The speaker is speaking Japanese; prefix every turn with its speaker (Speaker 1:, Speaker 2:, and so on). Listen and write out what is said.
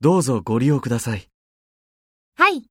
Speaker 1: どうぞご利用ください。
Speaker 2: はい。